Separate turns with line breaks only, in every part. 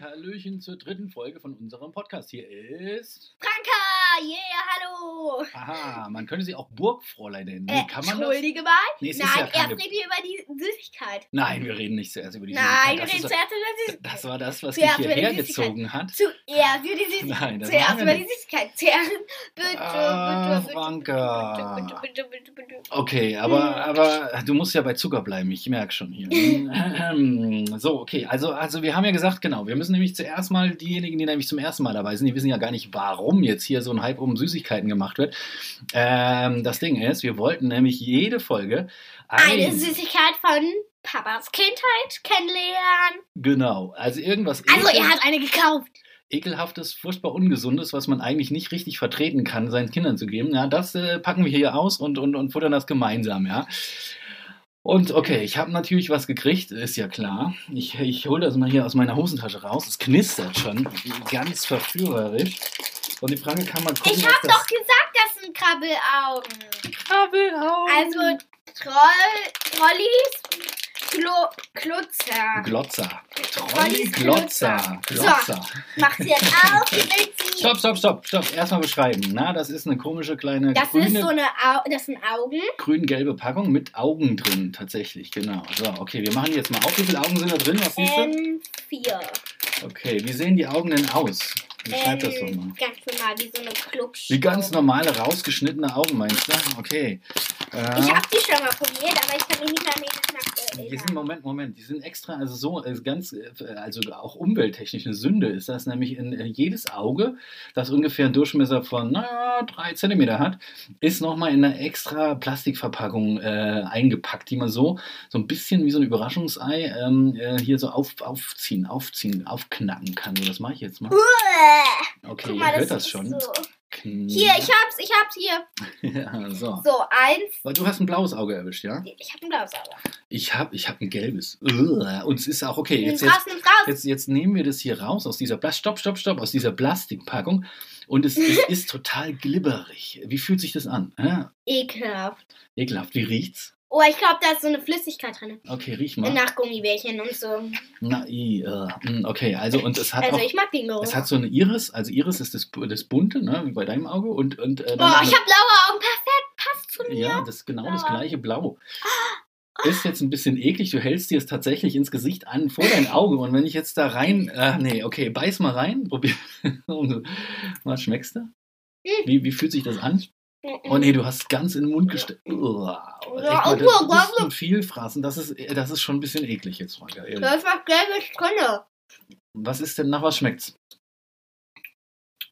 Hallöchen zur dritten Folge von unserem Podcast. Hier ist.
Franka! Ah, Yeah, hallo!
Aha, man könnte sie auch Burgfräulein nennen.
Äh,
Kann man das?
Entschuldige mal.
Nee, es ist ja
Nein, erst
keine...
reden wir über die Süßigkeit.
Nein, wir reden nicht zuerst über die
Nein, wir
Süßigkeit.
reden
Das ist
zuerst über die
doch-
Süßigkeit.
Das war das, was
Zuerst
dich
über die
hierher
Süßigkeit.
gezogen hat.
Zuerst über die Süßigkeit.
Nein, das machen
Zuerst
wir
über die
nicht.
Süßigkeit. Zuerst. Bitte,
Ah,
bitte, bitte,
Franka.
bitte, bitte, bitte, bitte, bitte.
Okay, aber, aber du musst ja bei Zucker bleiben, ich merke schon hier. Ähm, so, okay, also, also wir haben ja gesagt, genau, wir müssen nämlich zuerst mal diejenigen, die nämlich zum ersten Mal dabei sind, die wissen ja gar nicht, warum jetzt hier so ein Hype um Süßigkeiten gemacht wird. Ähm, das Ding ist, wir wollten nämlich jede Folge
Eine
ein-
Süßigkeit von Papas Kindheit kennenlernen.
Genau, also irgendwas
Also,
ekel-
er hat eine gekauft.
ekelhaftes, furchtbar ungesundes, was man eigentlich nicht richtig vertreten kann, seinen Kindern zu geben. Ja, das äh, packen wir hier aus und, und, und futtern das gemeinsam, ja. Und okay, ich habe natürlich was gekriegt, ist ja klar. Ich, ich hole das mal hier aus meiner Hosentasche raus. Es knistert schon, ganz verführerisch. Und die Frage kann man gucken,
Ich
was
hab
das
doch gesagt, das sind Krabbelaugen.
Kabelhaus.
Also, Troll, Trollis, Klo, Klutzer.
Glotzer. Trolli
Trollis
Glotzer.
So,
Glotzer.
mach sie jetzt auf, die will sie.
Stopp, stopp, stopp, stopp. Erstmal beschreiben. Na, das ist eine komische kleine
Das
grüne
ist so eine Au das sind Augen.
grün-gelbe Packung mit Augen drin, tatsächlich, genau. So, okay, wir machen jetzt mal auf. Wie viele Augen sind da drin? Was siehst du?
Ähm, vier.
Okay, wie sehen die Augen denn aus? Ich
Ähm,
schreib das doch mal.
Ganz normal, wie so eine Klubschuhe.
Wie ganz normale, rausgeschnittene Augen, meinst du? Okay. Äh,
Ich hab die schon mal probiert, aber ich kann mich nicht mehr an den Geschmack
die sind,
erinnern.
Moment, Moment, die sind extra, also so, äh, ganz, äh, also auch umwelttechnisch eine Sünde ist das, nämlich in äh, jedes Auge, das ungefähr einen Durchmesser von, naja, drei Zentimeter hat, ist nochmal in einer extra Plastikverpackung äh, eingepackt, die man so, so ein bisschen wie so ein Überraschungsei ähm, äh, hier so auf, aufziehen, aufziehen, aufknacken kann. So, das mache ich jetzt mal.
Uah,
Okay,
Äh, Guck
ihr
mal,
hört
das,
das
ist
schon.
so.
Knack.
Hier, ich hab's, ich hab's hier.
ja, so.
So, eins.
Aber du hast ein blaues Auge erwischt, ja?
Ich hab einen Blausauger.
Ich habe ich hab ein gelbes. Uah, Und es ist auch okay.
Nimm's
Jetzt, jetzt,
raus, nimm's raus.
jetzt, jetzt nehmen wir das hier raus aus dieser Plastik. Stopp, stopp, stopp, aus dieser Plastikpackung. Und es, es ist total glibberig. Wie fühlt sich das an? Hä?
Ekelhaft.
Ekelhaft. Wie riecht's?
Oh, ich glaube, da ist so eine Flüssigkeit drin.
Okay, riech mal.
Nach Gummibärchen und so.
Na, i, äh, mm, okay, also und es hat
Also,
auch.
ich mag den Geruch.
Es hat so eine Iris, also Iris ist das, das bunte, ne, wie bei deinem Auge und und äh,
Oh,
dann
ich hab blaue Augen. Perfekt, passt zu mir.
ja, Ah, das ist genau das
Blau.
gleiche Blau. Ist jetzt ein bisschen eklig, du hältst dir es tatsächlich ins Gesicht an, vor dein Auge. Und wenn ich jetzt da rein. Äh, nee, okay, beiß mal rein, probier. mal, schmeckst du? Wie, wie fühlt sich das an? Oh nee, du hast ganz in den Mund gesteckt. Uah, echt mal, das ist ein Vielfraßen, das ist, das ist schon ein bisschen eklig jetzt, Franka. ehrlich.
Da ist was Gelbes drin.
Was ist denn, nach was schmeckt's?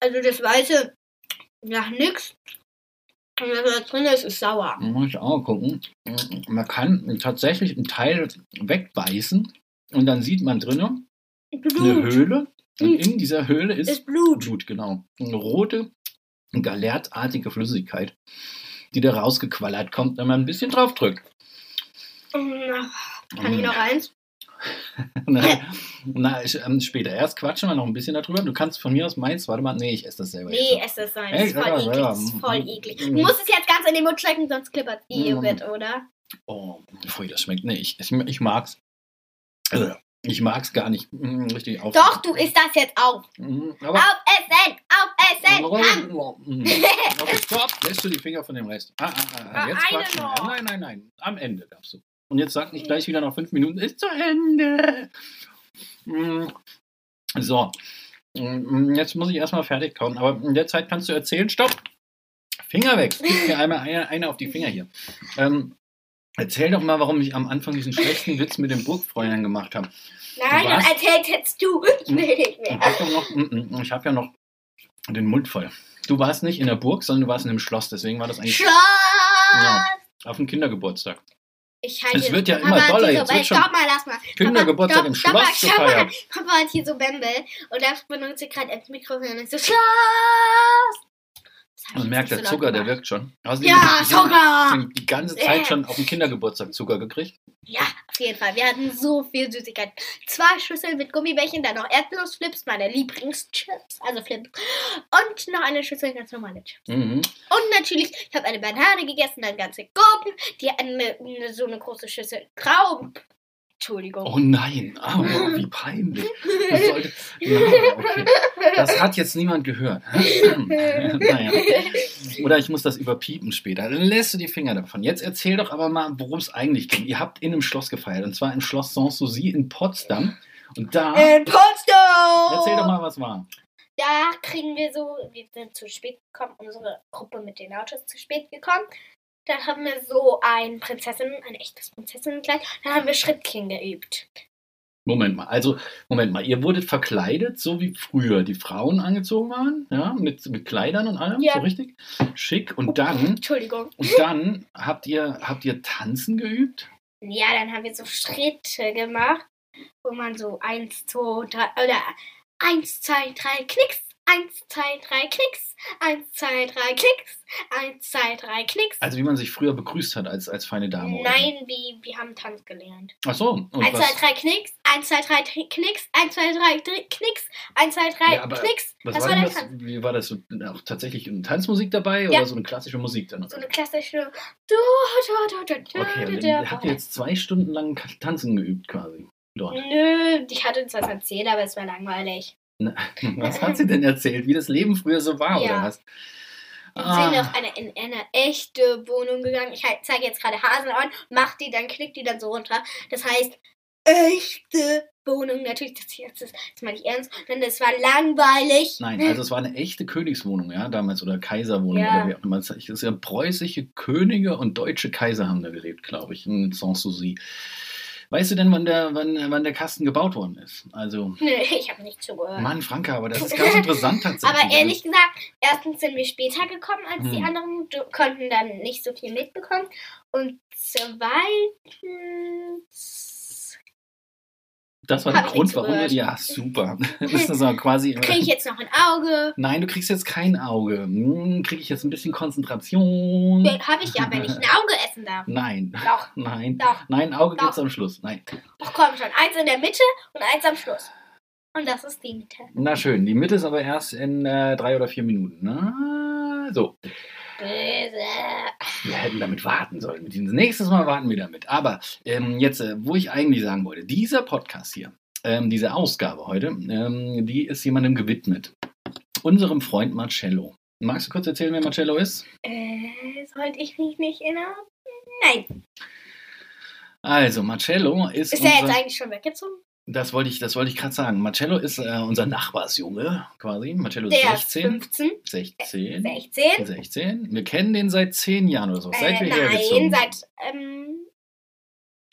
Also das Weiße nach nix. Und das, was da drin ist, ist sauer.
Muss ich auch gucken. Man kann tatsächlich einen Teil wegbeißen und dann sieht man drinnen eine
Blut.
Höhle. Und in dieser Höhle ist
Hm. Ist Blut.
Blut, genau. Eine rote, galertartige Flüssigkeit, die da rausgequallert kommt, wenn man ein bisschen drauf drückt.
Oh, Kann ich
Hm.
noch eins?
Na, na, ich, ähm, später. Erst quatschen wir noch ein bisschen darüber. Du kannst von mir aus meins, warte mal, nee, ich esse das selber.
Nee, es ist sein.
Echt?
Es ist voll
Ja,
eklig.
ja.
Es ist voll eklig. Du
Mm.
musst es jetzt ganz in den Mund stecken, sonst klippert es
Mm.
Joghurt, oder?
jetzt. Oh, pfui, das schmeckt. Nee, ich, ich, ich mag's. Äh, Ich mag's gar nicht mm, richtig auf.
Doch, du isst das jetzt auf.
Mm, Aber
Aufessen! Aufessen! Ham!
mhm. Okay, stopp, lässt du die Finger von dem Rest. Ah, ah, ah, ah.
Ah,
Jetzt
eine
quatschen wir.
noch.
Nein, nein, nein. Am Ende darfst du. Und jetzt sag nicht gleich wieder nach fünf Minuten, ist zu Ende. Mm. So, Mm, jetzt muss ich erstmal fertig kauen, aber in der Zeit kannst du erzählen, stopp, Finger weg. Gib mir einmal eine, eine auf die Finger hier. Ähm, erzähl doch mal, warum ich am Anfang diesen schlechten Witz mit den Burgfräulein gemacht habe.
Nein,
Was?
das erzählt jetzt du. Ich
Mm.
will nicht
Ich
mehr.
habe ja, noch- mm, mm, ich hab ja noch den Mund voll. Du warst nicht in der Burg, sondern du warst in einem Schloss. Deswegen war das eigentlich
Schau!
Hm. ja, auf dem Kindergeburtstag.
Ich halte
Es wird ja
Papa
immer
hat
doller,
hier
jetzt
So,
wird schon
stopp mal, lass mal.
Kindergeburtstag
Papa,
im
stopp, stopp
Schloss
mal, stopp mal.
gefeiert.
Papa hat hier so Bämbel und das benutzt er gerade als Mikrofon und ich so Schloss. Das hab ich
Man
jetzt
merkt,
nicht
der
so laut
Zucker, der
gemacht.
wirkt schon. Außerdem
Ja,
sind-
Zucker! Äh.
sind die ganze Zeit schon auf dem Kindergeburtstag Zucker gekriegt.
Ja, auf jeden Fall. Wir hatten so viel Süßigkeit. Zwei Schüsseln mit Gummibärchen, dann noch Erdnussflips, meine Lieblingschips, also Flips. Und noch eine Schüssel ganz normale Chips.
Mhm.
Und natürlich, ich habe eine Banane gegessen, dann ganze Gurken, die eine, eine, so eine große Schüssel Trauben. Entschuldigung.
Oh nein, oh, wie peinlich. Das, sollte, ja, okay. das hat jetzt niemand gehört. Ah, naja. Oder ich muss das überpiepen später. Dann lässt du die Finger davon. Jetzt erzähl doch aber mal, worum es eigentlich ging. Ihr habt in einem Schloss gefeiert, und zwar im Schloss Sanssouci in Potsdam. Und da,
In Äh, Potsdam!
Oh. erzähl doch mal, was war.
Da kriegen wir so, wir sind zu spät gekommen, unsere Gruppe mit den Autos ist zu spät gekommen. Dann haben wir so ein Prinzessin, ein echtes Prinzessinnenkleid. Dann haben wir Schrittchen geübt.
Moment mal, also, Moment mal, ihr wurdet verkleidet, so wie früher die Frauen angezogen waren, ja, mit, mit Kleidern und allem,
Ja.
so richtig schick. Und dann,
Entschuldigung.
und dann habt ihr, habt ihr Tanzen geübt?
Ja, dann haben wir so Schritte gemacht, wo man so eins, zwei, drei, oder eins, zwei, drei Klicks, eins, zwei, drei Klicks, eins, zwei, drei Klicks, eins, zwei, drei Klicks.
Also, wie man sich früher begrüßt hat als, als feine Dame. oder?
Nein, Also halt, wie, wir haben Tanz gelernt.
Ach so, und
Eins,
was,
zwei, drei Knicks, eins, zwei, drei Tri- Knicks, eins, zwei, drei Tri- Knicks, eins, zwei, drei
Ja, aber
Knicks.
was
das
war
war
denn
der
das?
Tanz.
Wie war das so? Auch tatsächlich eine Tanzmusik dabei
Ja.
oder so eine klassische Musik dann?
So eine klassische. Du, du, du, du, du,
Okay,
du,
und
du,
dann habt ihr jetzt zwei Stunden lang Ka- Tanzen geübt quasi. Dort.
Nö, ich hatte zwar das erzählt, aber es war langweilig.
Was hat sie denn erzählt? Wie das Leben früher so war,
Ja.
oder was?
Wir
Ah.
sind noch eine, in eine echte Wohnung gegangen. Ich halt- zeige jetzt gerade Hasen an, mach die, dann klickt die dann so runter. Das heißt, echte Wohnung. Natürlich, das, hier- das, das meine ich ernst, denn das war langweilig.
Nein, also es war eine echte Königswohnung, ja, damals oder Kaiserwohnung
Ja.
oder wie auch immer. Es ist ja preußische Könige und deutsche Kaiser haben da gelebt, glaube ich, in Sanssouci. Weißt du denn, wann der, wann, wann der Kasten gebaut worden ist? Also,
Nö, ich habe nicht zugehört.
Mann, Franka, aber das ist ganz interessant tatsächlich.
Aber ehrlich gesagt, erstens sind wir später gekommen als die
Hm.
anderen, du- konnten dann nicht so viel mitbekommen. Und zweitens
ne? Das war der
hab ich
Grund,
nicht
warum wir.
zugehört.
Ja, super. Das ist so quasi.
kriege ich jetzt noch ein Auge.
Nein, du kriegst jetzt kein Auge. Hm, Kriege ich jetzt ein bisschen Konzentration?
Habe ich ja, wenn ich ein Auge essen darf.
Nein,
Doch,
nein,
doch.
nein, Auge
Doch.
gibt's am Schluss. Nein.
Doch komm schon, eins in der Mitte und eins am Schluss. Und das ist die Mitte.
Na schön, die Mitte ist aber erst in äh, drei oder vier Minuten. Na, so,
Böse.
wir hätten damit warten sollen. Nächstes Mal warten wir damit. Aber ähm, jetzt, äh, wo ich eigentlich sagen wollte, dieser Podcast hier, ähm, diese Ausgabe heute, ähm, die ist jemandem gewidmet. Unserem Freund Marcello. Magst du kurz erzählen, wer Marcello ist?
Äh, sollte ich mich nicht erinnern? Nein.
Also, Marcello ist.
Ist er
unser-
jetzt eigentlich schon weggezogen?
Das wollte ich, das wollte ich gerade sagen. Marcello ist äh, unser Nachbarsjunge, quasi. Marcello ist
Der ist
16.
15,
16.
16.
16. Wir kennen den seit 10 Jahren oder so. Seit
Äh,
wir
nein,
hergezogen sind.
seit ähm,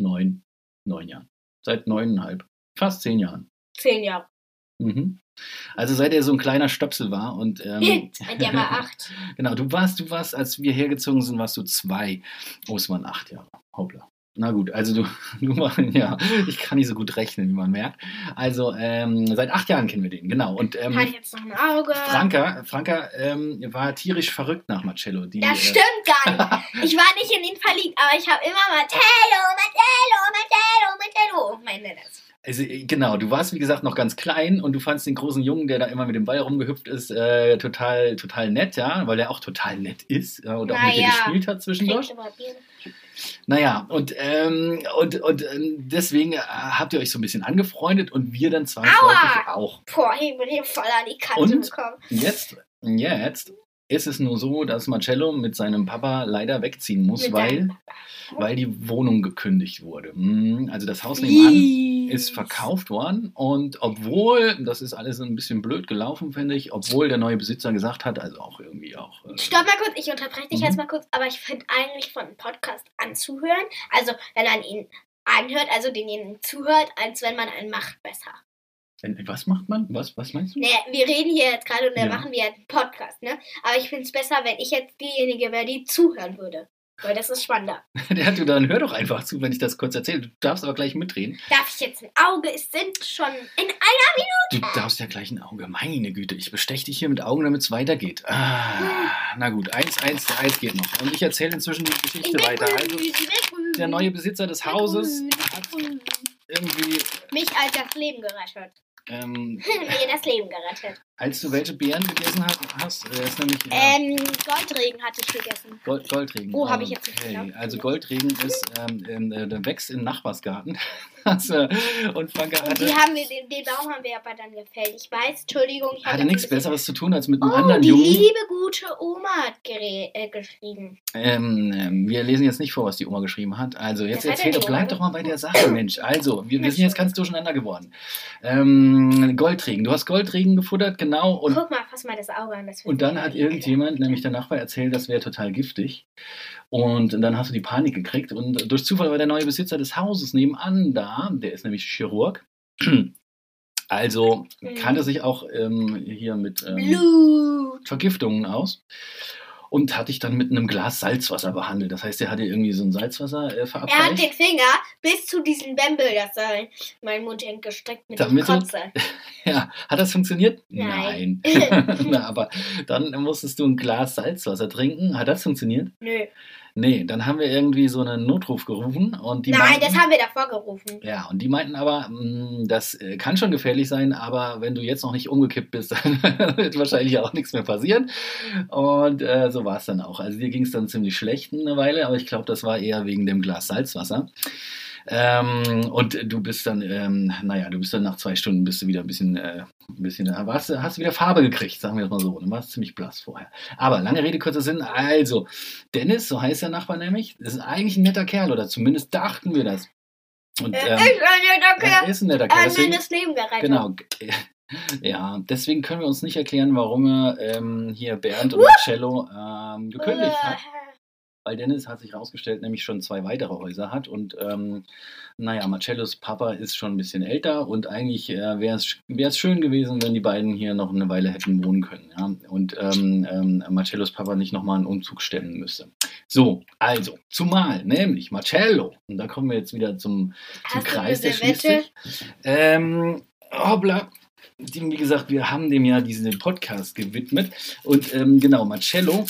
Neun. Neun Jahren. Seit neuneinhalb. Fast zehn Jahren.
zehn Jahren.
Mhm. Also seit er so ein kleiner Stöpsel war und ähm,
Der war acht.
genau, du warst, du warst, als wir hergezogen sind, warst du zwei. Oh, es waren acht Jahre. Hoppla. Na gut, also du, du war- ja, ich kann nicht so gut rechnen, wie man merkt. Also ähm, seit acht Jahren kennen wir den, genau. Und ähm,
Hat Halt jetzt noch ein Auge.
Franka, Franka ähm, war tierisch verrückt nach Marcello. Die, äh,
das stimmt gar nicht. Ich war nicht in ihn verliebt, aber ich habe immer Martello, Martello, Martello, Martello. Und meine das.
Äh, also, äh, genau, du warst wie gesagt noch ganz klein und du fandst den großen Jungen, der da immer mit dem Ball rumgehüpft ist, äh, total, total nett, ja, weil er auch total nett ist ja, und auch mit dir
Naja.
gespielt hat zwischendurch.
Trinkt immer Bier.
Naja, und, ähm, und, und ähm, deswegen äh, habt ihr euch so ein bisschen angefreundet und wir dann zwangsläufig auch.
Boah, ich bin hier voll an die Kante
Und?
gekommen.
Jetzt, jetzt ist es nur so, dass Marcello mit seinem Papa leider wegziehen muss,
Mit
weil,
seinem
weil die Wohnung gekündigt wurde. Mm, Also das Haus nebenan
Ih.
ist verkauft worden und obwohl, das ist alles ein bisschen blöd gelaufen, finde ich, obwohl der neue Besitzer gesagt hat, also auch irgendwie auch. äh,
Stopp mal kurz, ich unterbreche dich
Mhm.
jetzt mal kurz, aber ich finde eigentlich von einem Podcast anzuhören, also wenn man ihn anhört, also denjenigen zuhört, als wenn man einen macht, besser.
äh, Was macht man? Was, was meinst du?
Ne, wir reden hier jetzt gerade und dann
Ja.
machen wir einen Podcast, ne? Aber ich finde es besser, wenn ich jetzt diejenige wäre, die zuhören würde. Weil das ist spannender.
Der hat, dann hör doch einfach zu, wenn ich das kurz erzähle. Du darfst aber gleich mitreden.
Darf ich jetzt ein Auge? Es sind schon in einer.
Du darfst ja gleich ein Auge. Meine Güte, ich bestech dich hier mit Augen, damit es weitergeht. Ah, na gut, eins, eins, eins geht noch. Und ich erzähle inzwischen die
Ich
Geschichte
bin
weiter.
grün,
Also,
ich bin grün.
der neue Besitzer des
Ich bin
Hauses
grün, ich bin
hat
grün.
irgendwie
Mich als das Leben gerettet.
ähm,
Mir das Leben gerettet.
Als du welche Beeren gegessen hast, hast äh, ist nämlich äh,
Ähm, Goldregen hatte ich gegessen.
Gold, Goldregen.
Oh, hab ich jetzt nicht
Okay.
gedacht.
Also Goldregen ist, ähm, in, äh, der wächst im Nachbarsgarten. Das, äh, und Franka
Und
hatte,
die haben wir, den, den Baum haben wir aber dann gefällt. Ich weiß, Entschuldigung. Ich hab
hatte
jetzt
nichts
ein bisschen-
Besseres zu tun, als mit einem
Oh,
anderen
die
Jungen.
liebe gute Oma hat gere- äh, geschrieben.
Ähm, ähm, wir lesen jetzt nicht vor, was die Oma geschrieben hat. Also jetzt
Das hat
erzähl
er
doch,
nicht,
bleib
oder?
doch mal bei der Sache, Mensch. Also, wir, wir sind jetzt
Entschuldigung.
ganz durcheinander geworden. Ähm, Goldregen. Du hast Goldregen gefuttert, genau. Und
Guck mal, fass mal das Auge an. Das wird
Und dann
mir
hat
ekelhaft.
irgendjemand, nämlich der Nachbar, erzählt, das wäre total giftig. Und dann hast du die Panik gekriegt. Und durch Zufall war der neue Besitzer des Hauses nebenan da. Der ist nämlich Chirurg. Also kannte sich auch ähm, hier mit ähm,
Blut.
Vergiftungen aus. Und hatte ich dann mit einem Glas Salzwasser behandelt. Das heißt, er hatte irgendwie so ein Salzwasser äh,
Er hat
verabreicht.
den Finger bis zu diesen Bembel, das sein. Mein Mund hängt gestreckt mit
Damit
dem
du-
Kotze.
Ja, hat das funktioniert?
Nein.
Na, aber dann musstest du ein Glas Salzwasser trinken. Hat das funktioniert?
Nö.
Nee, dann haben wir irgendwie so einen Notruf gerufen und die
Nein,
meinten,
das haben wir davor gerufen.
ja, und die meinten aber, mh, das äh, kann schon gefährlich sein, aber wenn du jetzt noch nicht umgekippt bist, dann wird wahrscheinlich auch nichts mehr passieren. Und äh, so war es dann auch. Also dir ging es dann ziemlich schlecht eine Weile, aber ich glaube, das war eher wegen dem Glas Salzwasser. Ähm, und du bist dann, ähm, naja, du bist dann nach zwei Stunden bist du wieder ein bisschen, äh, ein bisschen, warst, du- hast du wieder Farbe gekriegt, sagen wir es mal so. Dann warst du ziemlich blass vorher. Aber lange Rede, kurzer Sinn. Also, Dennis, so heißt der Nachbar nämlich, ist eigentlich ein netter Kerl oder zumindest dachten wir das. Und,
Äh,
ähm,
ich, äh, danke.
er ist ein netter Kerl.
Er hat mir
Deswegen,
das Leben gerettet.
genau. g- Ja, deswegen können wir uns nicht erklären, warum er ähm, hier Bernd und Cello ähm,
Äh,
gekündigt hat. Weil Dennis hat sich herausgestellt, nämlich schon zwei weitere Häuser hat. Und ähm, naja, Marcellos Papa ist schon ein bisschen älter und eigentlich äh, wäre es schön gewesen, wenn die beiden hier noch eine Weile hätten wohnen können. Ja? Und ähm, ähm, Marcellos Papa nicht nochmal einen Umzug stemmen müsste. So, also, zumal, nämlich Marcello, und da kommen wir jetzt wieder zum, zum
Hast du
Kreis, der
eine
schließt
Wette?
sich. Ähm, hoppla. Dem, wie gesagt, wir haben dem ja diesen Podcast gewidmet. Und ähm, genau, Marcello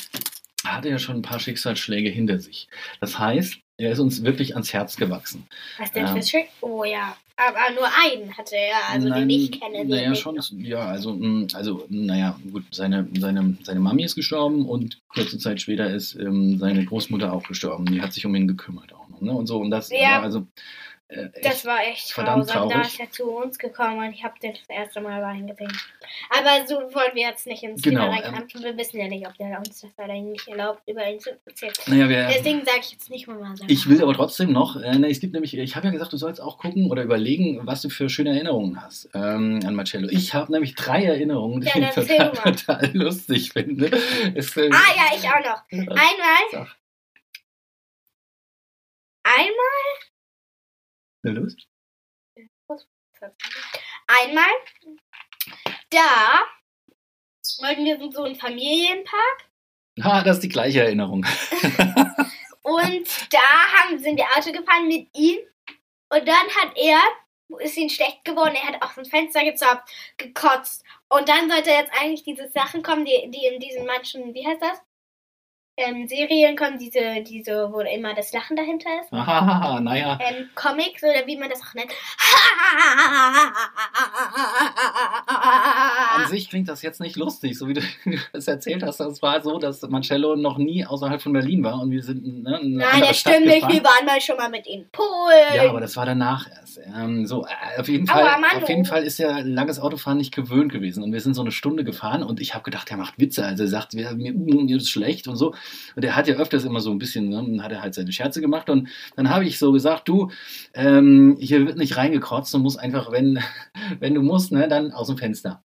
hatte ja schon ein paar Schicksalsschläge hinter sich. Das heißt, er ist uns wirklich ans Herz gewachsen.
Was denn
Ja.
für Schick? Oh ja. Aber nur einen hatte er, also den ich kenne. den
Naja,
ich-
schon. Ja, also, mh, also mh, naja, gut, seine, seine, seine Mami ist gestorben und kurze Zeit später ist ähm, seine Großmutter auch gestorben. Die hat sich um ihn gekümmert auch noch. Ne? Und so, und das
Ja.
war also. Äh,
Das
echt,
war echt
verdammt
grausam. Da
traurig.
ist er zu uns gekommen und ich habe den das erste Mal weinen gesehen. Aber so wollen wir jetzt nicht ins
Genau,
Thema
ähm,
reingehen. wir wissen ja nicht, ob der uns das leider nicht erlaubt, über ihn zu erzählen.
naja, wir,
Deswegen sage ich jetzt nicht Mama Sandra.
Ähm, Ich will aber trotzdem noch, äh, ne, es gibt nämlich, ich habe ja gesagt, du sollst auch gucken oder überlegen, was du für schöne Erinnerungen hast ähm, an Marcello. Ich habe nämlich drei Erinnerungen, die
Ja,
ich
dann
total,
erzähl mal.
total lustig finde. Es, äh,
Ah ja, ich auch noch. Einmal,
Sag,
einmal,
na los?
einmal, da wollten wir in so einen Familienpark
Ha, das ist die gleiche Erinnerung.
und da haben, sind wir Auto gefahren mit ihm und dann hat er, ist ihm schlecht geworden, er hat aus dem Fenster gezapft, gekotzt und dann sollte jetzt eigentlich diese Sachen kommen, die, die in diesen manchen, wie heißt das? Ähm, Serien kommen, diese, diese, wo immer das Lachen dahinter ist.
Hahaha, naja.
ähm, Comics oder wie man das auch nennt.
An sich klingt das jetzt nicht lustig, so wie du es erzählt hast. Das war so, dass Marcello noch nie außerhalb von Berlin war und wir sind ne, in eine
Nein,
andere
das
Stadt
stimmt nicht.
gefahren.
Wir waren mal schon mal mit in
Ja, aber
Polen.
das war danach erst. Ähm, so, äh, auf jeden,
Aua,
Fall,
Mann,
auf jeden
oh.
Fall ist er langes Autofahren nicht gewöhnt gewesen. Und wir sind so eine Stunde gefahren und ich habe gedacht, er macht Witze. Also er sagt, wir, mir, mir ist schlecht und so. Und er hat ja öfters immer so ein bisschen, ne, dann hat er halt seine Scherze gemacht. Und dann habe ich so gesagt, du, ähm, hier wird nicht reingekotzt. Du musst einfach, wenn, wenn du musst, ne, dann aus dem Fenster.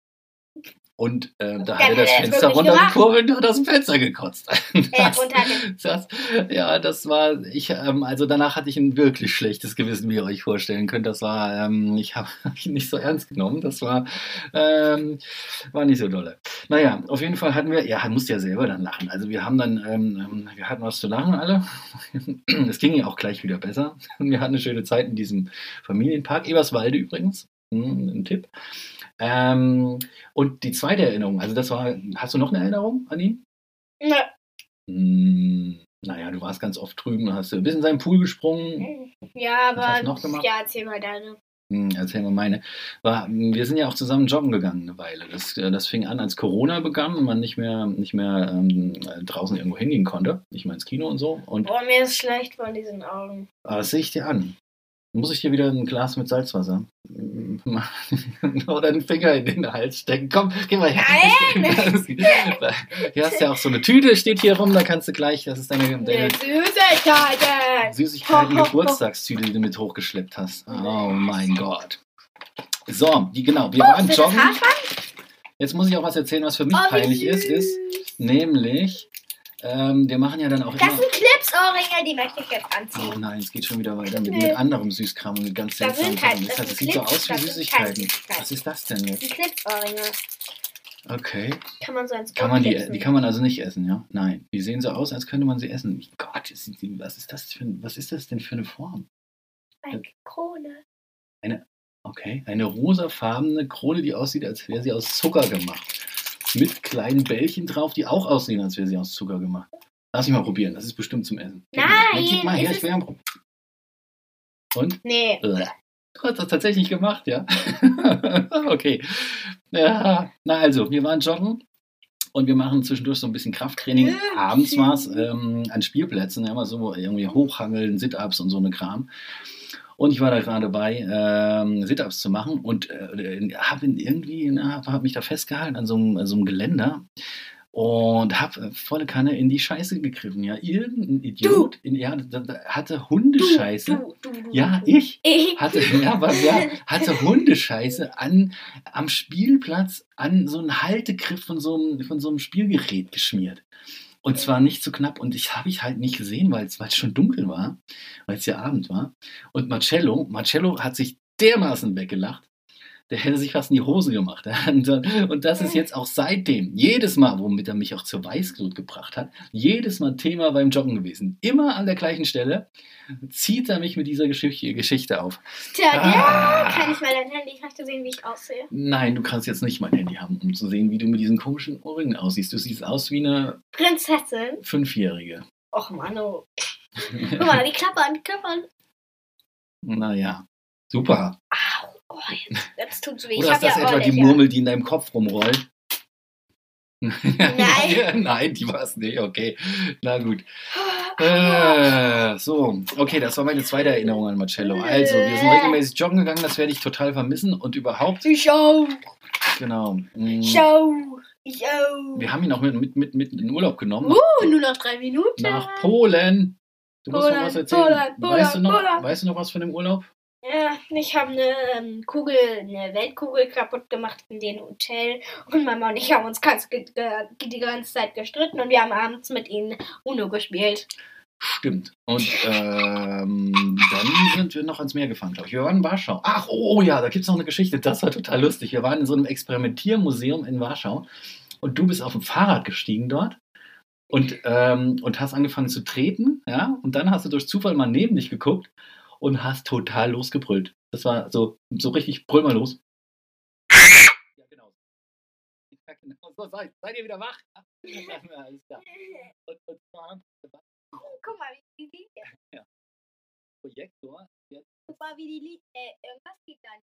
Und äh, da hat er
hat er
das
das
Fenster
wirklich gemacht.
runtergekurbelt und hat aus dem Fenster gekotzt.
Äh, und dann,
Das, ja, das war, ich, ähm, also danach hatte ich ein wirklich schlechtes Gewissen, wie ihr euch vorstellen könnt. Das war, ähm, ich habe mich nicht so ernst genommen. Das war, ähm, war nicht so dolle. Naja, auf jeden Fall hatten wir, ja, musst ja selber dann lachen. Also wir haben dann, ähm, ähm, wir hatten was zu lachen alle. Es ging ja auch gleich wieder besser. Wir hatten eine schöne Zeit in diesem Familienpark, Eberswalde übrigens. Hm, Ein Tipp. Ähm, und die zweite Erinnerung, also das war, hast du noch eine Erinnerung an ihn?
ne,
Mm, Naja, du warst ganz oft drüben, hast du bist in seinen Pool gesprungen.
ja,
Was hast du
aber
noch gemacht?
ja, erzähl mal deine.
Hm, erzähl mal meine. War, hm, wir sind ja auch zusammen joggen gegangen eine Weile. Das, äh, das fing an, als Corona begann und man nicht mehr, nicht mehr ähm, äh, draußen irgendwo hingehen konnte. Nicht mal ins Kino und so. Und
Boah, mir ist schlecht von diesen Augen.
ah, das sehe ich dir an. Muss ich dir wieder ein Glas mit Salzwasser hm, machen? oder einen Finger in den Hals stecken? Komm, geh mal her. Hier hast du ja auch so eine Tüte, steht hier rum, da kannst du gleich, das ist deine, deine
Mit Süßigkeiten.
Süßigkeiten,
Ho, ho, ho.
Geburtstagstüte, die du mit hochgeschleppt hast. Oh mein Gott. So, die, genau, wir
Für
waren
das
joggen.
Haarspray?
Jetzt muss ich auch was erzählen, was für mich
Oh, wie
peinlich ist, ist
süß.
nämlich, ähm, wir machen ja dann auch
Das
immer.
sind Clips-Ohrringe, die möchte ich jetzt
Oh
anziehen.
nein, es geht schon wieder weiter mit,
Nee.
mit anderem Süßkram und mit ganz
Da
seltsamen
sind halt-
Sachen. Das,
das
heißt, es
sind
sieht so
Clips,
aus wie
das sind keine
Süßigkeiten.
Süßigkeiten.
Was ist das denn jetzt?
Die Clips-Ohrringe.
Okay.
Kann man so ins
Kann
Ohr
man die,
klipsen.
die kann man also nicht essen, ja? Nein. Die sehen so aus, als könnte man sie essen. Gott, sind die- was ist das für, ein- was ist das denn für eine Form?
Eine Krone.
Okay, eine rosafarbene Krone, die aussieht, als wäre sie aus Zucker gemacht. Mit kleinen Bällchen drauf, die auch aussehen, als wäre sie aus Zucker gemacht. Lass mich mal probieren, das ist bestimmt zum Essen. Gib mal-
Nein,
Gib mal her,
es
ich will ja probieren. Und?
Nee.
Bleh. Du hast das tatsächlich gemacht, ja? okay. Ja, na also, wir waren joggen und wir machen zwischendurch so ein bisschen Krafttraining.
Ja,
Abends
schön.
war es ähm, an Spielplätzen, ja, immer so irgendwie Hochhangeln, Sit-Ups und so eine Kram. Und ich war da gerade bei, ähm, Sit-Ups zu machen und äh, habe irgendwie, na, hab, hab mich da festgehalten an so einem, an so einem Geländer und habe volle Kanne in die Scheiße gegriffen. Ja, irgendein Idiot in, ja, da- da- hatte Hundescheiße.
Du, du, du,
Ja, eh.
du.
ich
Ich.
hatte, ja, war, ja, hatte Hundescheiße an, am Spielplatz an so einen Haltegriff von so einem, von so einem Spielgerät geschmiert. Und zwar nicht zu knapp. Und ich habe ich halt nicht gesehen, weil es weil es schon dunkel war, weil es ja Abend war. Und Marcello, Marcello hat sich dermaßen weggelacht. Der hätte sich fast in die Hose gemacht. Und, dann- und das ist jetzt auch seitdem, jedes Mal, womit er mich auch zur Weißglut gebracht hat, jedes Mal Thema beim Joggen gewesen. Immer an der gleichen Stelle zieht er mich mit dieser Geschichte, Geschichte auf.
Tja,
Ah.
ja. Kann ich mal dein Handy? Ich möchte sehen, wie ich aussehe.
Nein, du kannst jetzt nicht mein Handy haben, um zu sehen, wie du mit diesen komischen Ohrringen aussiehst. Du siehst aus wie eine
Prinzessin.
Fünfjährige.
Och, Mann, oh. Guck mal, die klappern, die klappern.
naja, super.
Au, oh, jetzt, jetzt tut's weh.
Oder
ich
ist
hab
das
ja
etwa die
Ohrlöcher.
Murmel, die in deinem Kopf rumrollt?
Nein.
Nein, die war es nicht. Okay, na gut.
Ah,
Äh, so, okay, das war meine zweite Erinnerung an Marcello. Also, wir
Äh.
sind regelmäßig joggen gegangen, das werde ich total vermissen. Und überhaupt,
Die Show.
genau. mh,
Show. Show.
Wir haben ihn auch mit, mit, mit, mit in den Urlaub genommen. nach
Oh, nur noch drei Minuten.
nach Polen. Du musst noch
Polen,
was erzählen.
Polen, Polen,
weißt, du noch,
Polen.
weißt du noch was von dem Urlaub?
Ja, ich habe eine ähm, Kugel, eine Weltkugel kaputt gemacht in dem Hotel und Mama und ich haben uns ganz, ge- ge- die ganze Zeit gestritten und wir haben abends mit ihnen Uno gespielt.
Stimmt. Und ähm, dann sind wir noch ans Meer gefahren, glaube ich. Wir waren in Warschau. Ach, oh, oh ja, da gibt es noch eine Geschichte. Das war total lustig. Wir waren in so einem Experimentiermuseum in Warschau und du bist auf dem Fahrrad gestiegen dort. Und, ähm, und hast angefangen zu treten, ja, und dann hast du durch Zufall mal neben dich geguckt und hast total losgebrüllt. Das war so, so richtig, brüll mal los. Ja, genau. Ja, genau. So, seid, seid ihr wieder wach? Ja, alles klar. Und, und zwar
Guck mal, wie die liegt.
Projektor. Der,
Guck mal, wie die liegt. Äh, irgendwas geht da nicht.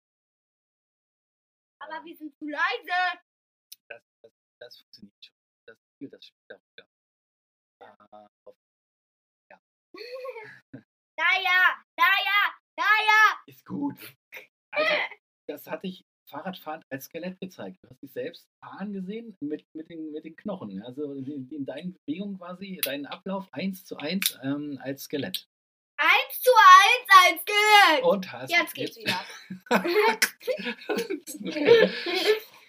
Aber wir sind zu leise.
das, das, das funktioniert schon. Das Spiel, das spielt darüber. Ja.
Naja, naja, naja.
Ist gut. Also, das hatte ich Fahrradfahren als Skelett gezeigt. Du hast dich selbst fahren gesehen mit, mit, den, mit den Knochen. Also in, in deinen Bewegungen quasi, deinen Ablauf eins zu eins ähm, als Skelett.
Eins zu eins, eins Glück.
Und hast
Jetzt geht's wieder.
Okay.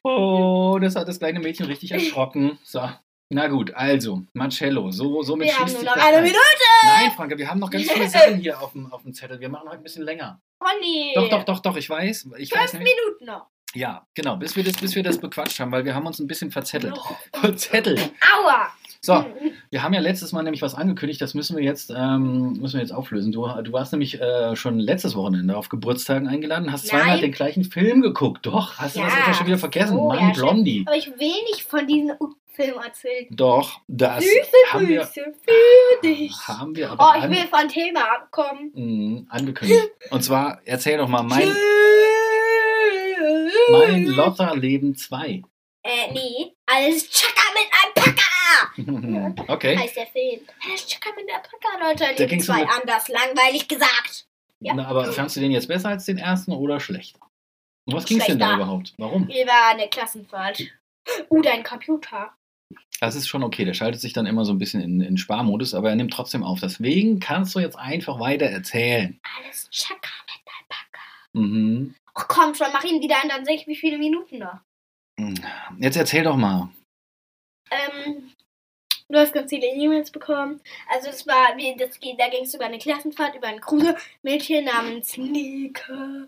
Oh, das hat das kleine Mädchen richtig erschrocken. So. Na gut, also, Marcello, so, somit
Wir haben
schließt
nur
sich
noch
das
eine
Kreis.
Minute.
Nein, Franke, wir haben noch ganz viele Sachen hier auf dem, auf dem Zettel. Wir machen heute ein bisschen länger.
Conny.
Doch, doch, doch, doch, ich weiß. Ich weiß
Fünf
nämlich,
Minuten noch.
Ja, genau, bis wir, das, bis wir das bequatscht haben, weil wir haben uns ein bisschen verzettelt.
Oh,
Verzettelt.
Aua!
So, wir haben ja letztes Mal nämlich was angekündigt, das müssen wir jetzt, ähm, müssen wir jetzt auflösen. Du, du warst nämlich äh, schon letztes Wochenende auf Geburtstagen eingeladen, hast zweimal
Nein.
den gleichen Film geguckt. Doch, hast du das
Ja,
etwa schon wieder vergessen?
so,
Mann,
ja,
Blondie.
Aber ich will nicht von diesem Film erzählen.
Doch, das
Süße
haben wir,
Grüße für dich.
haben wir aber
Oh, ich
an,
will von Thema abkommen.
mh, angekündigt. Und zwar, erzähl doch mal, mein,
Tschüss.
mein Lotterleben 2.
Äh, nee. Alles Chaka mit Alpaka!
okay.
Heißt der Film. Alles Chaka mit Alpaka, Leute.
Da
Die
ging's
zwei
um-
anders langweilig gesagt. ja.
Na, aber fandst du den jetzt besser als den ersten oder schlechter? Um was ging es denn da
Schlechter.
überhaupt? Warum?
Über eine Klassenfahrt. Uh, dein Computer.
Das ist schon okay. Der schaltet sich dann immer so ein bisschen in, in Sparmodus, aber er nimmt trotzdem auf. Deswegen kannst du jetzt einfach weiter erzählen.
Alles Chaka mit Alpaka.
Mhm.
Oh, komm schon, mach ihn wieder an, dann sehe ich, wie viele Minuten noch.
Jetzt erzähl doch mal.
ähm, du hast ganz viele E-Mails bekommen. Also es war, wie- das, geht- da ging es über eine Klassenfahrt, über ein Kruse-Mädchen namens Nike.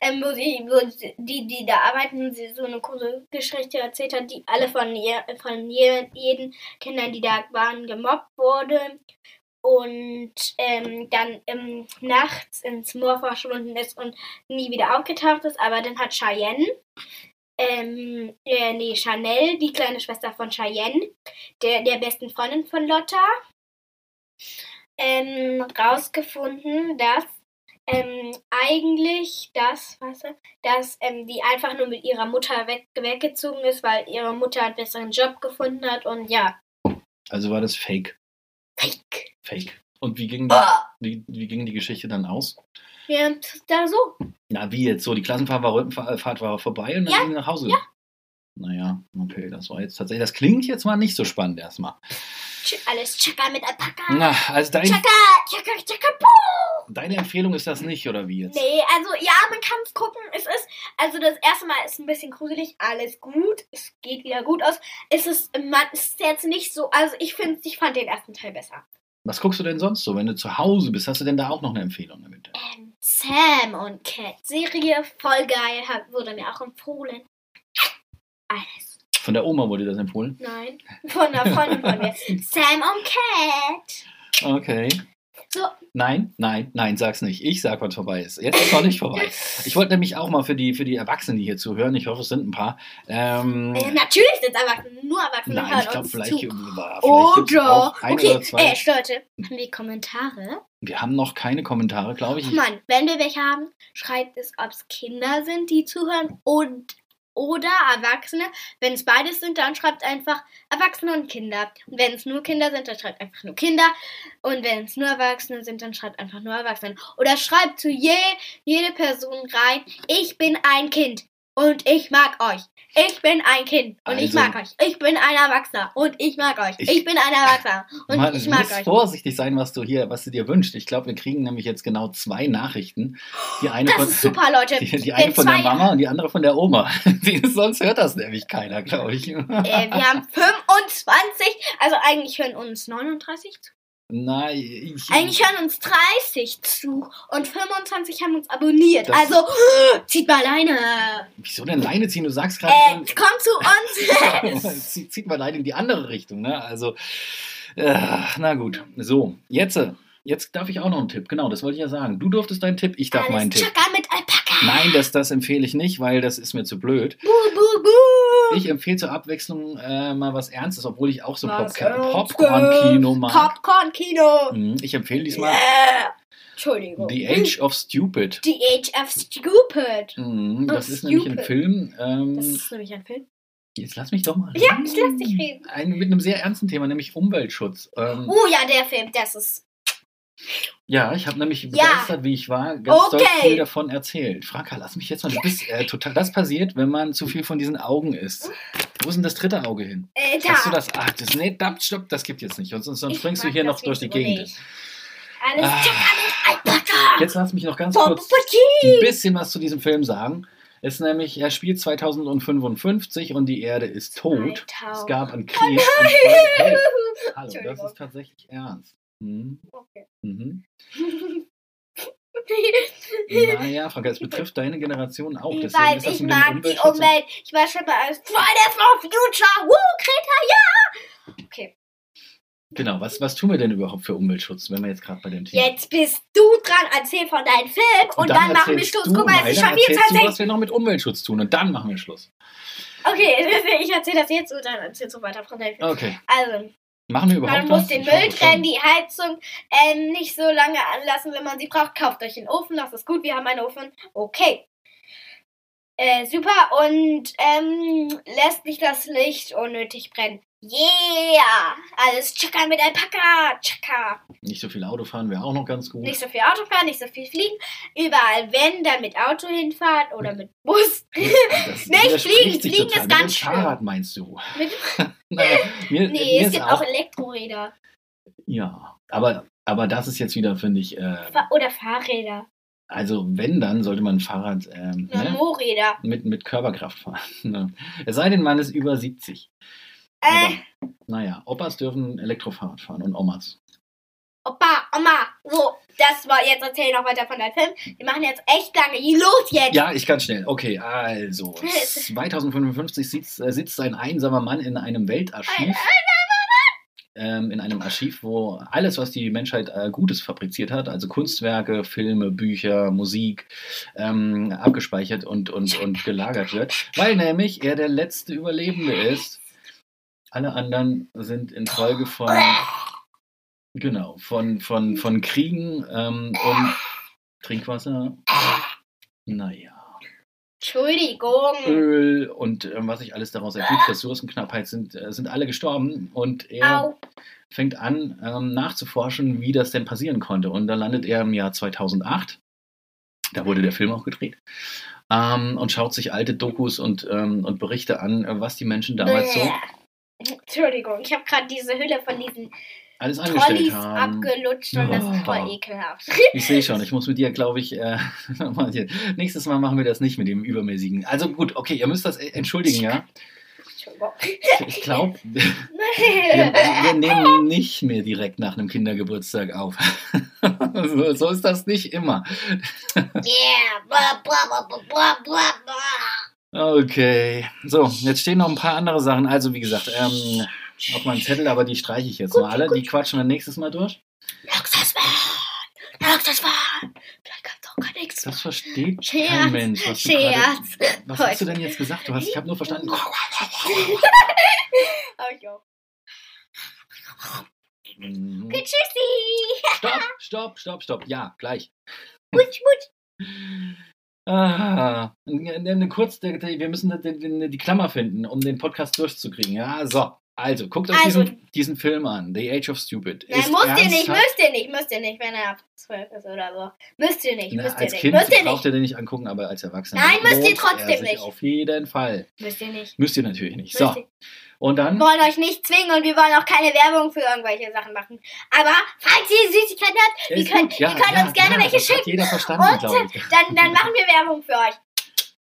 Ähm, wo sie, wo sie- die, die da arbeiten, sie so eine kurze Geschichte erzählt hat, die alle von, je, von je, jeden Kindern, die da waren, gemobbt wurde. Und ähm, dann ähm, nachts ins Moor verschwunden ist und nie wieder aufgetaucht ist. Aber dann hat Cheyenne ähm, äh, nee, Chanel, die kleine Schwester von Cheyenne, der, der besten Freundin von Lotta, ähm, rausgefunden, dass ähm, eigentlich das, weißt du, dass ähm, die einfach nur mit ihrer Mutter weg, weggezogen ist, weil ihre Mutter einen besseren Job gefunden hat und ja.
Also war das Fake.
Fake.
Fake. Und wie ging die,
Ah.
wie, wie ging die Geschichte dann aus?
Ja, da so.
Na, wie jetzt? So, die Klassenfahrt war, Fahrt war vorbei und dann
Ja,
ging sie nach Hause. Naja, okay, das war jetzt tatsächlich. Das klingt jetzt mal nicht so spannend erstmal.
Ch- Alles Chaka mit Alpaka.
Na, also dein,
Chaka, Chaka, Chaka, Puh!
deine Empfehlung ist das nicht, oder wie jetzt?
Nee, also ja, man kann es gucken. Es ist, also das erste Mal ist ein bisschen gruselig, alles gut, es geht wieder gut aus. Es ist, man es ist jetzt nicht so, also ich finde, ich fand den ersten Teil besser.
Was guckst du denn sonst so? Wenn du zu Hause bist, hast du denn da auch noch eine Empfehlung damit?
Ähm, Sam und Cat Serie, voll geil, hab, wurde mir auch empfohlen. Alles.
Von der Oma wurde das empfohlen.
Nein, von einer Freundin von mir. Sam und Cat.
Okay.
So.
Nein, nein, nein, sag's nicht. Ich sag, wann vorbei ist. Jetzt ist noch nicht vorbei. Ich wollte nämlich auch mal für die, für die Erwachsenen, die hier zuhören, ich hoffe, es sind ein paar. Ähm,
Äh, natürlich sind Erwachsene, nur Erwachsene
nein, ich
hören
glaube,
uns
vielleicht,
zu.
war- vielleicht gibt's
Oder,
auch ein
okay,
oder zwei.
äh, Leute, haben wir Kommentare?
Wir haben noch keine Kommentare, glaube ich.
Mann, wenn wir welche haben, schreibt es, ob es Kinder sind, die zuhören und oder Erwachsene. Wenn es beides sind, dann schreibt einfach Erwachsene und Kinder. Und wenn es nur Kinder sind, dann schreibt einfach nur Kinder. Und wenn es nur Erwachsene sind, dann schreibt einfach nur Erwachsene. Oder schreibt zu je, jede Person rein, ich bin ein Kind. Und ich mag euch. Ich bin ein Kind und ich
Also-
mag euch. Ich bin ein Erwachsener und ich mag euch.
Ich-
Ich, bin ein Erwachsener und
Mann,
ich
du
mag
musst
euch.
vorsichtig sein, was du hier, was du dir wünschst. Ich glaube, wir kriegen nämlich jetzt genau zwei Nachrichten. Die eine
Das
von,
ist super, Leute.
Die, die
Wenn
eine von
zwei
der Mama und die andere von der Oma. Die, sonst hört das nämlich keiner, glaube ich.
Äh, wir haben 25, also eigentlich hören uns 39 zu.
Nein, ich,
Eigentlich hören uns 30 zu und 25 haben uns abonniert.
Das-
also zieht mal alleine.
wieso denn Leine ziehen? Du sagst gerade,
Äh,
schon,
kommt zu uns.
zieht, zieht man leider in die andere Richtung, ne? Also, äh, na gut. So, jetzt, äh, jetzt darf ich auch noch einen Tipp. Genau, das wollte ich ja sagen. Du durftest deinen Tipp, ich darf meinen
Alles
Tipp.
Chaka mit Alpaka.
Nein, das, das empfehle ich nicht, weil das ist mir zu blöd.
Buh, buh, buh.
Ich empfehle zur Abwechslung äh, mal was Ernstes, obwohl ich auch so
Was
Popca-
Ernstes?
Popcorn-Kino mag.
Popcorn Kino.
Mhm, Ich empfehle diesmal
Äh, Entschuldigung.
The Age of Stupid.
The Age of Stupid.
Mhm, das
Oh,
ist nämlich ein
stupid.
Film. Ähm,
Das ist nämlich ein Film.
Jetzt lass mich doch mal.
Ja, ich lass dich reden.
Ein, mit einem sehr ernsten Thema, nämlich Umweltschutz. Ähm,
Oh ja, der Film, das ist.
Ja, ich habe nämlich
Ja.
begeistert, wie ich war, ganz
Okay.
doll viel davon erzählt. Franka, lass mich jetzt mal. Du bist äh, total. Das passiert, wenn man zu viel von diesen Augen isst. Wo ist denn das dritte Auge hin?
Äh, da.
Hast du das? Ach, das, nee, da, stopp, das gibt jetzt nicht. Sonst, sonst
Ich
springst du
mag
hier
das
noch durch die
Video
Gegend.
nicht. Alles
Ah.
Chaka mit Alpaka.
Jetzt lass mich noch ganz
Vom
kurz
Putin.
ein bisschen was zu diesem Film sagen. Es ist nämlich, er spielt 2055 und die Erde ist tot. Es gab
Oh
einen Krieg. und zwei- hey, hallo, das
Entschuldigung.
Mhm, ist tatsächlich ernst. Hm,
Okay.
mhm. Naja, Franka, es betrifft deine Generation auch.
Ich
Deswegen
weiß,
ist das
ich
mit dem
mag die
Umweltschutz-
Umwelt. Ich war schon bei Fridays for Future. Woo, Greta, ja! Okay,
Genau, was, was tun wir denn überhaupt für Umweltschutz, wenn wir jetzt gerade bei dem Thema
jetzt bist du dran. Erzähl von deinem Film und, dann, machen wir
erzählst
Schluss.
du-
Guck mal, es
nein,
ist
dann
schon viel
erzählst
Zeit.
du, was wir noch mit Umweltschutz tun und dann machen wir Schluss.
Okay, ich erzähle das jetzt und dann erzählst du weiter von deinem Film.
Okay,
Also,
machen wir überhaupt
man muss
was?
den
Ich hoffe
Müll
schon.
trennen, die Heizung ähm, nicht so lange anlassen, wenn man sie braucht. Kauft euch einen Ofen, das ist gut, wir haben einen Ofen. Okay. Äh, super und ähm, lässt nicht das Licht unnötig brennen. Yeah! Alles Chaka mit Alpaka! Chaka!
Nicht so viel Auto fahren wäre auch noch ganz gut.
Nicht so viel Auto fahren, nicht so viel fliegen. Überall, wenn, dann mit Auto hinfahren oder mit Bus.
Das
Nicht
widerspricht
fliegen,
sich total.
fliegen ist
Mit dem
ganz schlimm.
Fahrrad meinst du?
Mit-
Naja, mir,
nee,
mir
es
ist
gibt auch Elektroräder.
Ja, aber, aber das ist jetzt wieder, finde ich, äh,
Fa oder Fahrräder.
also wenn, dann sollte man ein Fahrrad ähm,
Oder
ne,
Moorräder.
mit, mit Körperkraft fahren. ne. Es sei denn, man ist über 70.
Äh,
Aber, naja, Opas dürfen Elektrofahrrad fahren und Omas.
Opa, Oma, so, das war jetzt erzähl noch weiter von deinem Film. Wir machen jetzt echt lange. Los jetzt!
Ja, ich kann schnell. Okay, also 2055 sitzt, äh, sitzt ein einsamer Mann in einem Weltarchiv. Ähm, in einem Archiv, wo alles, was die Menschheit äh, Gutes fabriziert hat, also Kunstwerke, Filme, Bücher, Musik, ähm, abgespeichert und, und, und gelagert wird, weil nämlich er der letzte Überlebende ist. Alle anderen sind infolge von Genau, von, von, von Kriegen ähm, und Trinkwasser. Naja.
Entschuldigung.
Öl und ähm, was sich alles daraus ergibt, Ressourcenknappheit sind, äh, sind alle gestorben und er
Au.
fängt an ähm, nachzuforschen, wie das denn passieren konnte. Und dann landet er im Jahr 2008, da wurde der Film auch gedreht, ähm, und schaut sich alte Dokus und, ähm, und Berichte an, äh, was die Menschen damals so
Bäh. Entschülldigung, ich habe gerade diese Hülle von diesen
alles angestellt
Trolleys
haben.
abgelutscht und das ist voll
Oh.
ekelhaft.
Ich sehe schon, ich muss mit dir, glaube ich, äh, mal hier- nächstes Mal machen wir das nicht mit dem übermäßigen. Also gut, okay, ihr müsst das äh, entschuldigen, ja.
Entschuldigung.
Ich glaube, wir, wir nehmen nicht mehr direkt nach einem Kindergeburtstag auf. so, so ist das nicht immer.
yeah, bla bla bla bla bla bla bla.
Okay, so, jetzt stehen noch ein paar andere Sachen. Also wie gesagt, ähm, auf meinem Zettel, aber die streiche ich jetzt mal alle. Die quatschen wir nächstes Mal durch.
Luxuswagen! Luxuswagen! Vielleicht kommt doch gar nichts.
Das versteht
Scherz,
kein Mensch. Was, du gerade,
Scherz.
was hast du denn jetzt gesagt? Du hast, ich habe nur verstanden.
Hab ich auch.
Mhm.
Okay, tschüssi!
Stopp, stopp, stopp, stopp. Ja, gleich.
Mutsch, mutsch.
Ah, ne, ne, kurz, der- der- wir müssen die, die, die Klammer finden, um den Podcast durchzukriegen. Ja, so. Also, guckt euch
Also.
diesen, diesen Film an, The Age of Stupid.
Nein, müsst ihr
ernsthaft-
nicht, müsst ihr nicht, müsst ihr nicht, wenn er ab 12 ist oder so. Müsst ihr nicht,
Na,
müsst ihr
Ne, als
nicht,
Kind
müsst ihr
braucht
nicht,
ihr den nicht angucken, aber als Erwachsener.
Nein, müsst ihr
lohnt er
trotzdem
sich
nicht.
Auf jeden Fall.
müsst ihr nicht.
Müsst ihr natürlich nicht.
Müsst
So,
ihr.
und dann.
Wir wollen euch nicht zwingen und wir wollen auch keine Werbung für irgendwelche Sachen machen. Aber falls ihr Süßigkeiten habt,
Ja,
ihr
ist
könnt-
gut.
ihr könnt uns gerne welche
das Hat
schicken.
jeder verstanden,
Und-
glaube ich.
dann, dann machen wir Werbung für euch.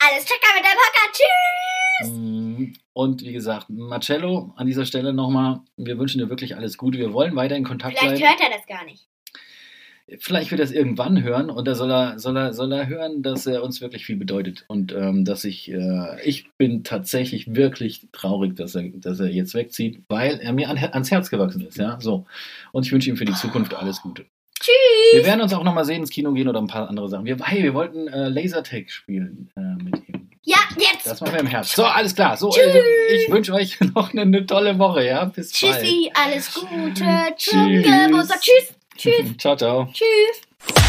Alles Checker mit der Packer. Tschüss!
Mm, Und wie gesagt, Marcello, an dieser Stelle nochmal, wir wünschen dir wirklich alles Gute. Wir wollen weiter in Kontakt
Vielleicht
bleiben.
hört er das gar nicht.
Vielleicht wird er es irgendwann hören und da soll er, soll er, soll er hören, dass er uns wirklich viel bedeutet. Und ähm, dass ich, äh, ich bin tatsächlich wirklich traurig, dass er, dass er jetzt wegzieht, weil er mir an, ans Herz gewachsen ist. Ja, so. Und ich wünsche ihm für die Zukunft alles Gute.
Tschüss!
Wir werden uns auch nochmal sehen, ins Kino gehen oder ein paar andere Sachen. Wir, hey, wir wollten äh, Lasertag spielen äh, mit ihm.
Ja, jetzt!
Das machen wir im Herbst. So, alles klar. So,
Tschüss.
äh, ich wünsche euch noch eine, eine tolle Woche, ja? Bis
Tschüssi, alles Gute zum
Tschüss.
Geburtstag. Tschüss,
bald. Tschüss. Ciao, ciao.
tschüss.